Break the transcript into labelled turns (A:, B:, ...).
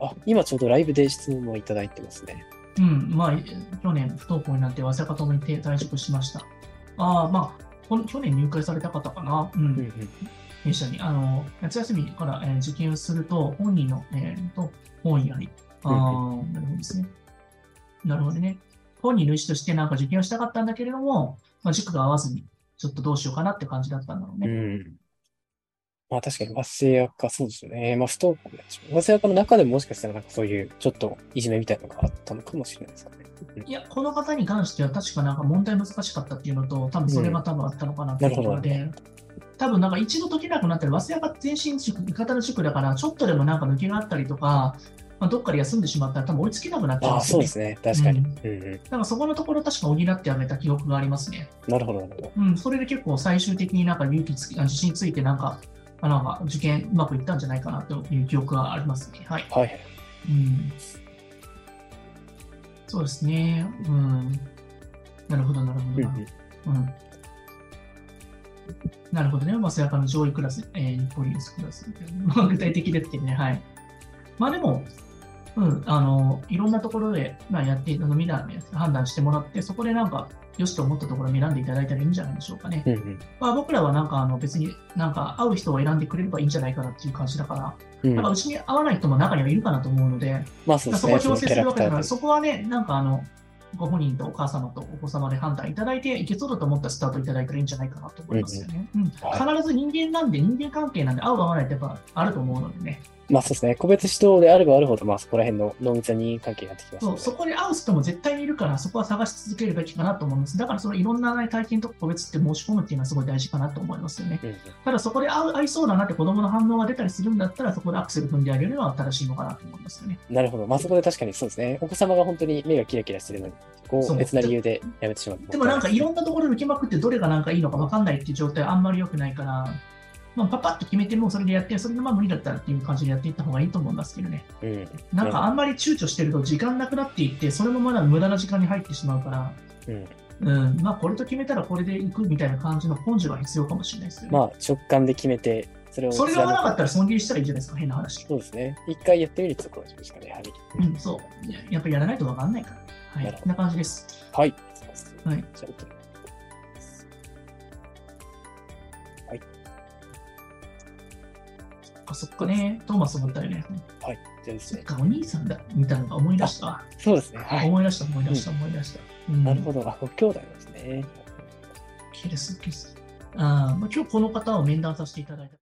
A: あ、今ちょうどライブで質問をいただいてますね。
B: うん、まあ、去年不登校になって、早稲田ともにて退職しました。ああ、まあ、この去年入会された方かな。う、
A: うんうんん
B: 弊社に。あの、夏休みから、えー受験をすると、本人の、えーと、本意あり。ああ、なるほどですね。なるほどね。本人の意思として、なんか受験をしたかったんだけれども、まあ、塾が合わずに、ちょっとどうしようかなって感じだったんだろう
A: う
B: ね。
A: ん。まあ確かに、早稲かそうですよね。まあ不登校でしょ。早稲かの中でももしかしたらなんかそういうちょっといじめみたいなのがあったのかもしれないですかね。
B: いや、この方に関しては確かなんか問題難しかったっていうのと、多分それが多分あったのかなっていうところで、多分なんか一度解けなくなったら、早稲田が全身塾、味方の塾だから、ちょっとでもなんか抜けがあったりとか、まあ、どっかで休んでしまったら多分追いつけなくなっちゃうん
A: ああ、
B: です
A: そ
B: よ
A: う
B: ね。
A: ですね。確かに。
B: う
A: うんう
B: なんかそこのところ確か補ってあげた記憶がありますね。
A: ん。なるほど、なるほど。
B: うん、それで結構最終的になんか勇気つき、あ自信ついてなんか、あなんか受験うまくいったんじゃないかなという記憶がありますね。はい。
A: はいはい。
B: うんそうですね。うん。なるほど、なるほ
A: うん
B: ど
A: う。ん
B: うん。なるほどね。まあ、そやかの上位クラス、えー、日本ユースクラスみたいな。まあ具体的でってね。はい。まあでも、うん、あの、いろんなところで、まあ、やって、あの、みんなね、判断してもらって、そこでなんか、よしと思ったところを選んでいただいたらいいんじゃないでしょうかね。
A: うんうん
B: まあ、僕らはなんか、あの、別になんか、合う人を選んでくれればいいんじゃないかなっていう感じだから、
A: うん
B: なんか、うちに合わない人も中にはいるかなと思うので、
A: まあそうです
B: そこ
A: ね。
B: を調整するわけだから、
A: そ
B: そこはね、なんかあの、ご本人とお母様とお子様で判断いただいて、いけそうだと思ったらスタートいただいたらいいんじゃないかなと思いますよね。うん
A: は
B: 必ず人間なんで、人間関係なんで、合う合わないってやっぱあると思うのでね、
A: のまあそうですね。個別指導であればあるほど、まあそこら辺の濃密な人間関係になってきます
B: そ
A: の
B: う
A: で。
B: そこで合う人も絶対にいるから、そこは探し続けるべきかなと思います。だから、そのいろんな体験とか個別って申し込むっていうのはすごい大事かなと思いますよね。
A: うんうん
B: ただ、そこで合う合いそうだなって子供の反応が出たりするんだったら、そこでアクセル踏んであげるのは正しいのかなと思いますよね。
A: なるほど。まあそこで確かにそうですね。お子様が本当に目がキラキラしてるのに、こ
B: そうう
A: 別な理由でやめてしまう。
B: でもなんかいろんなところ抜けまくってどれがなんかいいのか分かんないっていう状態はあんまり良くないから、まあ、パパッと決めてもうそれでやって、それでまあ無理だったらっていう感じでやっていった方がいいと思いますけどね。
A: うん。
B: なんかあんまり躊躇してると時間なくなっていって、それもまだ無駄な時間に入ってしまうから、
A: うん。
B: うん、まあこれと決めたらこれでいくみたいな感じの根性が必要かもしれないですよね。
A: まあ直感で決めて、それを
B: それが合わなかったら
A: ら
B: 損切りしたらいいじゃないですか、変な話。
A: そうですね。一回やってみるってところですかね、やはり。
B: うん、そう。ややっぱやらないと分かんないから。はい、
A: なる
B: こ
A: ほど
B: んな感じです。
A: はい。
B: はい。
A: じゃあ
B: そっかそっかね、トーマスもったよね。
A: じゃあです
B: そっ
A: ね。
B: か、お兄さんだ、みたいなのが思い出したわ。
A: そうですね。はい。
B: 思い出した思い出した思い出した。うん
A: なるほど。あ、ご兄弟ですね。
B: ケースケースあーまあ今日この方を面談させていただいた。